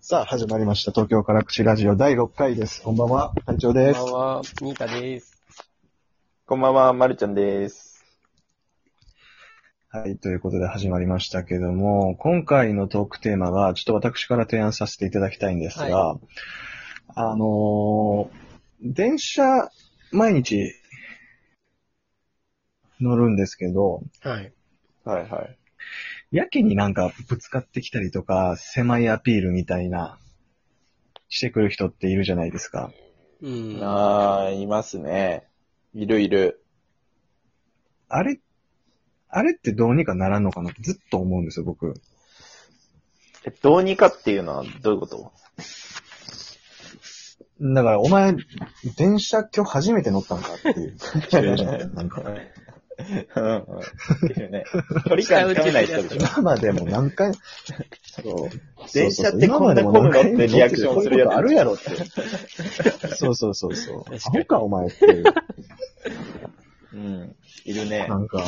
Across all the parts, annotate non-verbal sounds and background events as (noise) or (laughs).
さあ、始まりました。東京から口ラジオ第6回です。こんばんは、会長こでんすば。んは、ミータです。こんばんは、まるちゃんです。はい、ということで始まりましたけども、今回のトークテーマが、ちょっと私から提案させていただきたいんですが、はあのー電車、毎日、乗るんですけど、はい。はいはい。やけになんかぶつかってきたりとか、狭いアピールみたいな、してくる人っているじゃないですか。うん。あー、いますね。いるいる。あれ、あれってどうにかならんのかなってずっと思うんですよ、僕。え、どうにかっていうのはどういうことだから、お前、電車今日初めて乗ったんかって (laughs) いう。なんかうんうん。いるね。 (laughs) 距離感つかめない人でしょ。今までも何回、そう。電車ってこんな混むのってリアクションするそうそうそう今までも何回も乗ってるこういうやつことあるやろって。そうそうそうそう。確アかにホか、お前っていう。うん。いるねな。んか、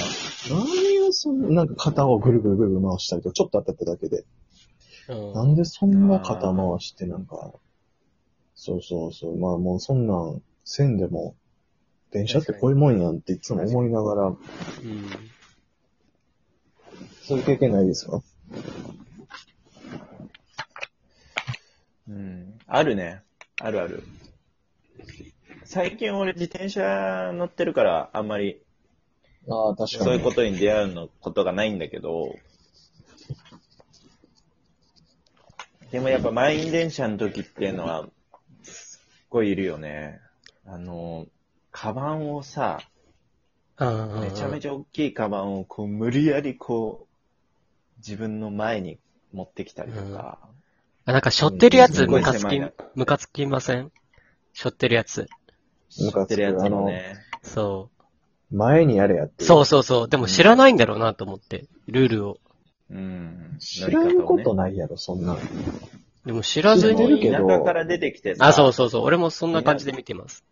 何がそんな、なんか肩をぐるぐるぐるぐる回したりと、ちょっと当たっただけで。うんなんでそんな肩回してなんか、そうそうそう、まあもうそんなんせんでも、電車ってこういうもんやんっていつも思いながら、うんそういう経験ないですかうん。あるね。あるある。最近俺自転車乗ってるから、あんまりああ、確そういうことに出会うのことがないんだけど、でもやっぱ満員電車の時っていうのは、すっごいいるよね。あの、カバンをさ、ああ。めちゃめゃ。ちゃ大きいカバンをこう無理やりこう、自分の前に持ってきたりとか、あ、なんか、しょってるやうつ、んすごムいカつ狭いきな、ムカつきませんしょってるやつ。ム持カっつくてるやつもね。そ前にやれやっう。て。。そううそうそう。でも知らないんだろうなと思って、ルールを。うん。知らんことな。ないやろ、そんなん。でも知らず知ってるに、けど田舎から出てきてさ、あ、そうそうそう。俺もそんな感じで見てます。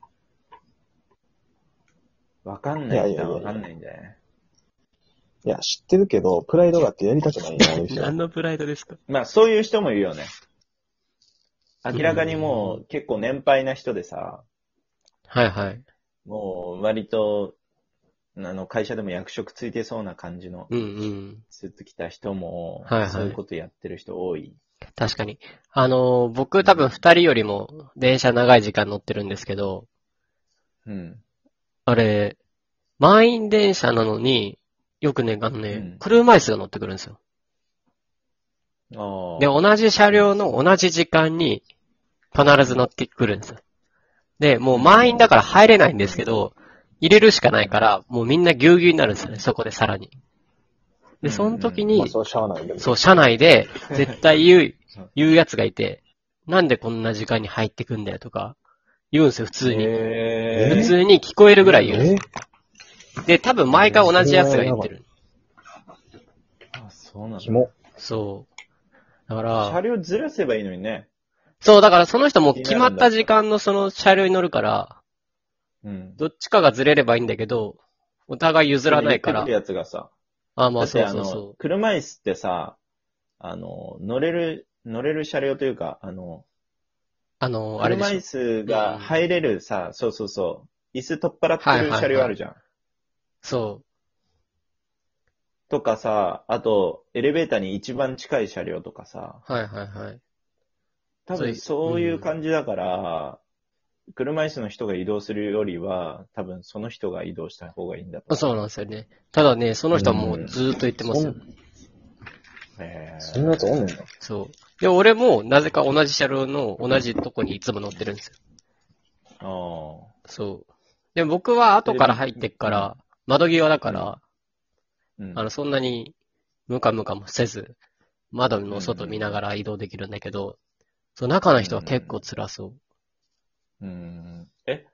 わかんないいやいや人いやはいやわかんないんだよね。いや、知ってるけど、プライドがあってやりたくないな、あの人何のプライドですかまあ、そういう人もいるよね。明らかにもう結構年配な人でさ、はいはい。もう割と、あの、会社でも役職ついてそうな感じのうんうん。スーツ着た人も、はいはいそういうことやってる人多い。確かに。あのー、僕多分二人よりも電車長い時間乗ってるんですけど、うん。あれ、満員電車なのに、よくね、あのね、うん車椅子が乗ってくるんですよ。ああ。で、同じ車両の同じ時間に、必ず乗ってくるんですよ。で、もう満員だから入れないんですけど、入れるしかないから、もうみんなぎゅうぎゅうになるんですよね、そこでさらに。で、その時に、まあ、そうしゃあないけど。そう、車内で、絶対言ううん、言うやつがいて、なんでこんな時間に入ってくんだよとか、言うんですよ、普通に。へー普通に聞こえるぐらい言うんですよえで、多分毎回同じやつが言ってる。あ、そうなんキだ。モ。そう。だか車ら、両ずらせばいいのにね。そう、だからその人も決まった時間のその車両に乗るから、うん。どっちかがずれればいいんだけど、お互い譲らないか言らってくる。やつがさ、あ、まだあってそうあそうその、車椅子ってさ、あの、乗れる、乗れる車両というか、あの、う。あの、あれで車しょ椅。子が入れるさ、そうそうそう、椅子取っ払ってる車両あるじゃん。そとかさ、あと、エレベーターに一番近い車両とかさ、う。はいはいはい。多分そういう感じだから、車椅子の人が移動するよりは、多分その人が移動した方がいいんだとそうなんですよね。ただね、その人はもうずーっと言ってますよ。うん思う。へーそんなやつおんねんな。そう。で、俺もなぜか同じ車両の同じとこにいつも乗ってるんですよ。あーそう。でも僕は後から入ってっから、窓際だから、うんあの、そんなに、ムカムカもせず、窓の外見ながら移動できるんだけど、そう、中の人は結構辛そう。うん。え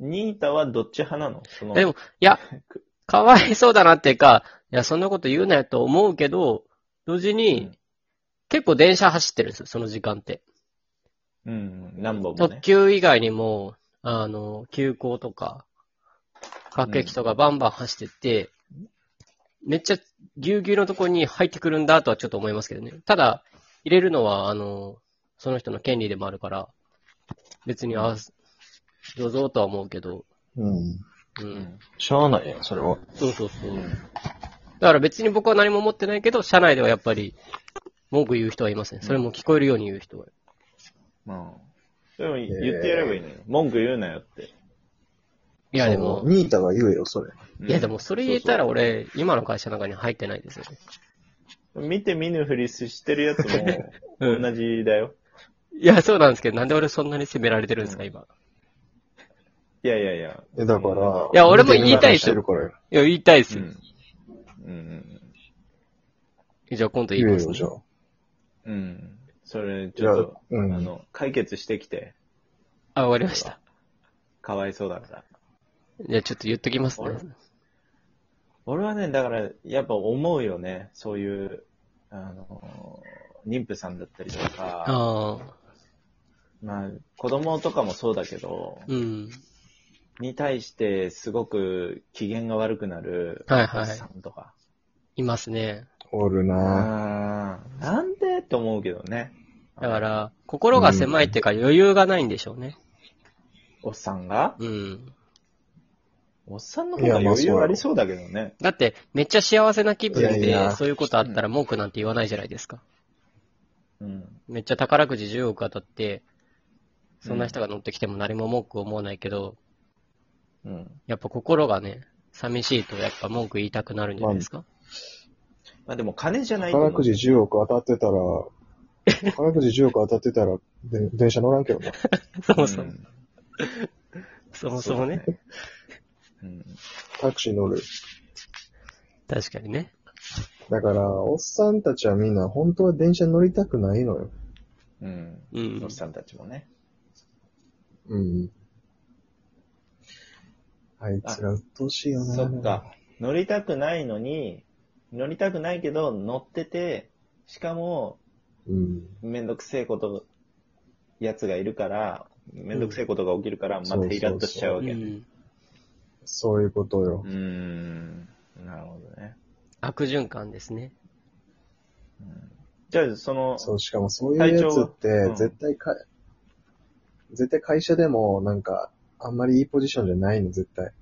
ニータはどっち派なのそのでも、いや、かわいそうだなっていうか、いや、そんなこと言うなよと思うけど、同時うに、ん結構電車走ってるんですよ、その時間って。うん、何本も特ね。急以外にも、あの、急行とか、各駅とかバンバン走ってって、めっちゃぎゅうぎゅうのとこに入ってくるんだとはちょっと思いますけどね。ただ、入れるのは、あの、その人の権利でもあるから、別にあ、どうぞとは思うけど、うん。う。うんん。しゃあないやん、それは。そうそうそうう。ん。だから別に僕は何も思ってないけど、社内ではやっぱり、文句言う人はいますね。それも聞こえるように言う人は。まあ。でも言ってやればいいのよ。文句言うなよって。いやでそもう、ニータが言えよ、それ。うんいやでもそれ言えたら俺、今の会社の中に入ってないですよね。見て見ぬふりしてるやつも (laughs) うん同じだよ。いや、そうなんですけど、なんで俺そんなに責められてるんですか、今。いやいやいや。え、だから。いや俺も言いたいです人よるからよ。いや、言いたいでうすよ。ん。うん。じゃあ今度言い言まえす、よ、じゃあ。うん。それ、ちじゃょあっと、、うん。あの、解決してきて、あ、わかりました。かわいそうだから。じゃあちょっと言っときますね。俺はね、だから、やっぱ思うよね。そういう、あの、妊婦さんだったりとか、ああ、まあ、子供とかもそうだけど、うん。に対してすごく機嫌が悪くなる、はいはいおじさんとか。いますね。おるなぁ。ああ、なんでって思うけどね。だか、ら、心が狭いっていうか余裕がないんでしょうね。おっさんがうん。おっさんの方が余裕ありそうだけどね。だって、めっちゃ幸せな気分いやいで、やそういうことあったら文句なんて言わないじゃないですか。うん。めっちゃ宝くじ10億当たって、そんな人が乗ってきても何も文句思わないけど、うん。やっぱ心がね、寂しいとやっぱ文句言いたくなるんじゃないですか。まあでも金じゃないと思う宝くじ10億当たってたら、宝くじ10億当たってたら、で電車乗らんけどな。 (laughs) そもそも、んそもそもね。そうだねタクシー乗る。確かにね。だから、おっさんたちはみんな本当は電車乗りたくないのよ。うん。ううん。んおっ。さんたちもね。うん。あいつら鬱陶しいよな。そっか。乗りたくないのに、乗りたくないけど乗ってて、しかもうん。めんどくせえこと、やつがいるから、めんどくせえことが起きるから、まそうそたうそうイラッとしちゃうわうけ。ん。そういうことよ。うーん。なるほどね。悪循環ですね。じゃあ、その、そう、しかもそういうやつって、体調がうん絶対か、絶対会社でも、なんか、あんまりいいポジションじゃないの、絶対。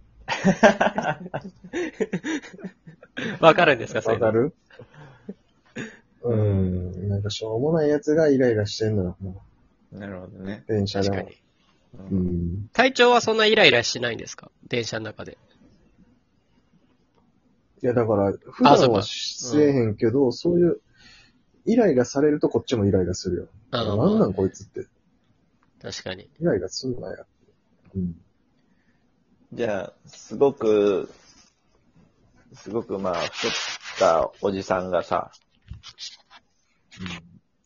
(laughs) わかるんですか、それわ。かるうん。なんか、しょうもないやつがイライラしてんのよ、もなるほどね。う電車で確もか。に。ううんん。体調はそんなイライラしないんですか電車の中で。いや、だから、普あそ段うかはせえへんけど、そういう、イライラされるとこっちもイライラするよ。あーなんなんこいつって。確かに。イライラすんなよ。うん。じゃあ、すごく、すごくまあ、太ったおじさんがさ、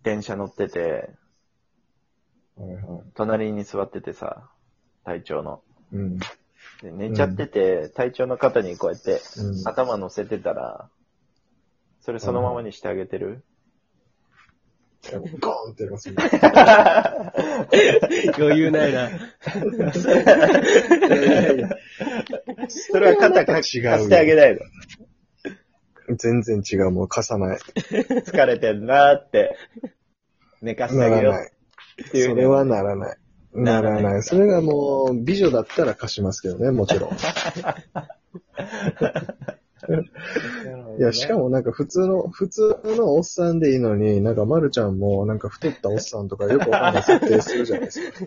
電車乗ってて、はいはい。隣に座っててさ、隊長の。うん。で寝ちゃってて、隊長の肩にこうやってうん頭乗せてたら、それそのままにしてあげてる、ゴーンってやりますね。余裕ないな。 (laughs) (laughs) それは肩か違うよ貸してあげないの。全然違う、もう貸さない。疲れてんなーって。寝かしてなあげらよないうっていうそれはならない。ならならなないい。それがもう、美女だったら貸しますけどね、もちろん。いや、しかも。もなんか普通の、普通のおっさんでいいのに、なんかまるちゃんもなんか太ったおっさんとかよくわかんない設定するじゃないですか。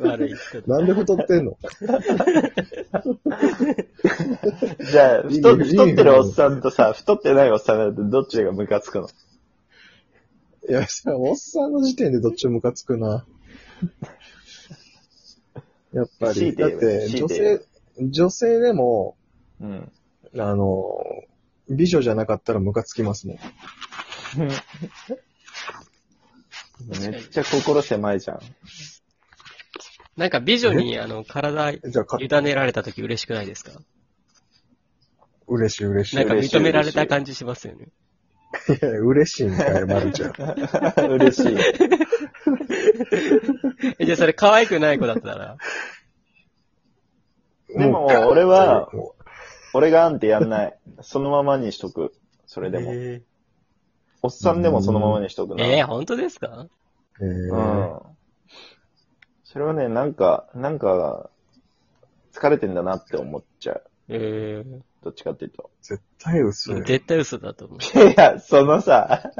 悪い人だ。なんで太ってんのじゃあ意味太、太って意る味おっさんとさ、太ってないおっさんだとどっちがムカつくのいや、さ、おっさんの時点でどっちもムカつく (laughs) な。やっぱ強り、いてだ言っえばて、女強いて言え性、女性でも、うん。あの、美女じゃなかったらムカつきますもん。めっちゃ心狭いじゃん。なんか美 (laughs) 女に、あの、体、委じゃあ、かねられた時嬉しくないですか嬉しい嬉しい。なんか嬉しい認められた感じしますよね。いや、嬉しいんかよ、まる (laughs) ちゃん。嬉しい。えじゃあそれ可愛くない子だっ (laughs) たら。でも、俺は、も俺があんってやんない。そのままにしとく。それでも。えおっさんでもそのままにしとくな。えー、本当ですかえうー、ん。それはね、なんか、なんか、疲れてんだなって思っちゃう。えーどっちかっていうと。絶対薄い。絶対嘘だと思う。いや、そのさ、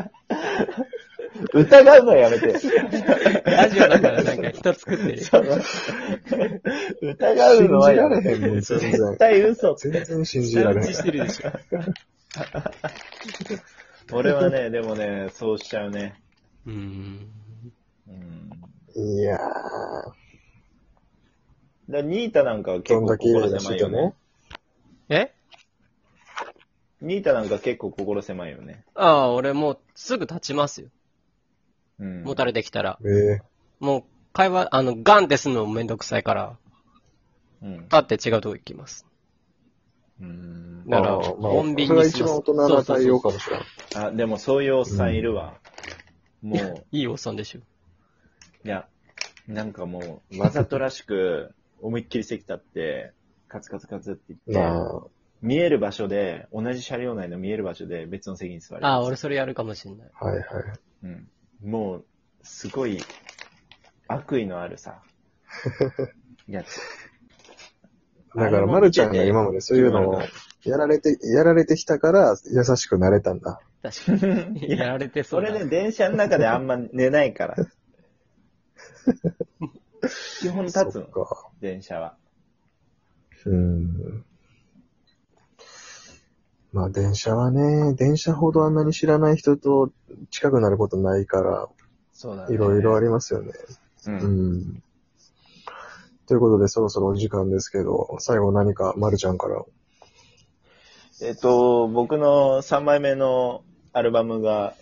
疑うのやめて。ラジオだからなんか人作って (laughs) る。その疑うのはや信めじられへんもて。ん全然絶対嘘って。全然信じられない。してるでしょ。 (laughs) 俺はね、でもね、そうしちゃうね。うん。うん。いやー、だからニータなんかは結どん構だけイラ心イラし狭ていてよもね。。えニータなんか結構心狭いよね。ああ、俺もうすぐ立ちますよ。うん。もたれてきたら。えもう会話、あの、ガンってすんのもめんどくさいから、うん。立って違うとこ行きます。うんー、だからまあまあコンビニそれが一番大人な対応かもしれん。あ、でもそういうおっさんいるわ。もう、いいおっさんでしょ。いや、なんかもう、わざとらしく、思いっきり席立って、カツカツカツって言って、まあ、見える場所で、同じ車両内の見える場所で別の席に座る。ああ、俺それやるかもしんない。はいはい。うん。もう、すごい、悪意のあ (laughs) るさ、やつ。だから、まるちゃんが今までそういうのを、やられて、やられてきたから、優しくなれたんだ。確かに。 (laughs) いややられてそそうだれね、電車の中であんま寝な (laughs) いから。基本立つそっの、か。電車は。うん。まあ、電車はね、電車ほどあんなに知らない人と近くなることないかそうなんら、いろいろあり、りますよね。う。うんん。ということで、そろそろお時間ですけど、最後何か、まるちゃんから。えっと、僕の3枚目のアルバムが、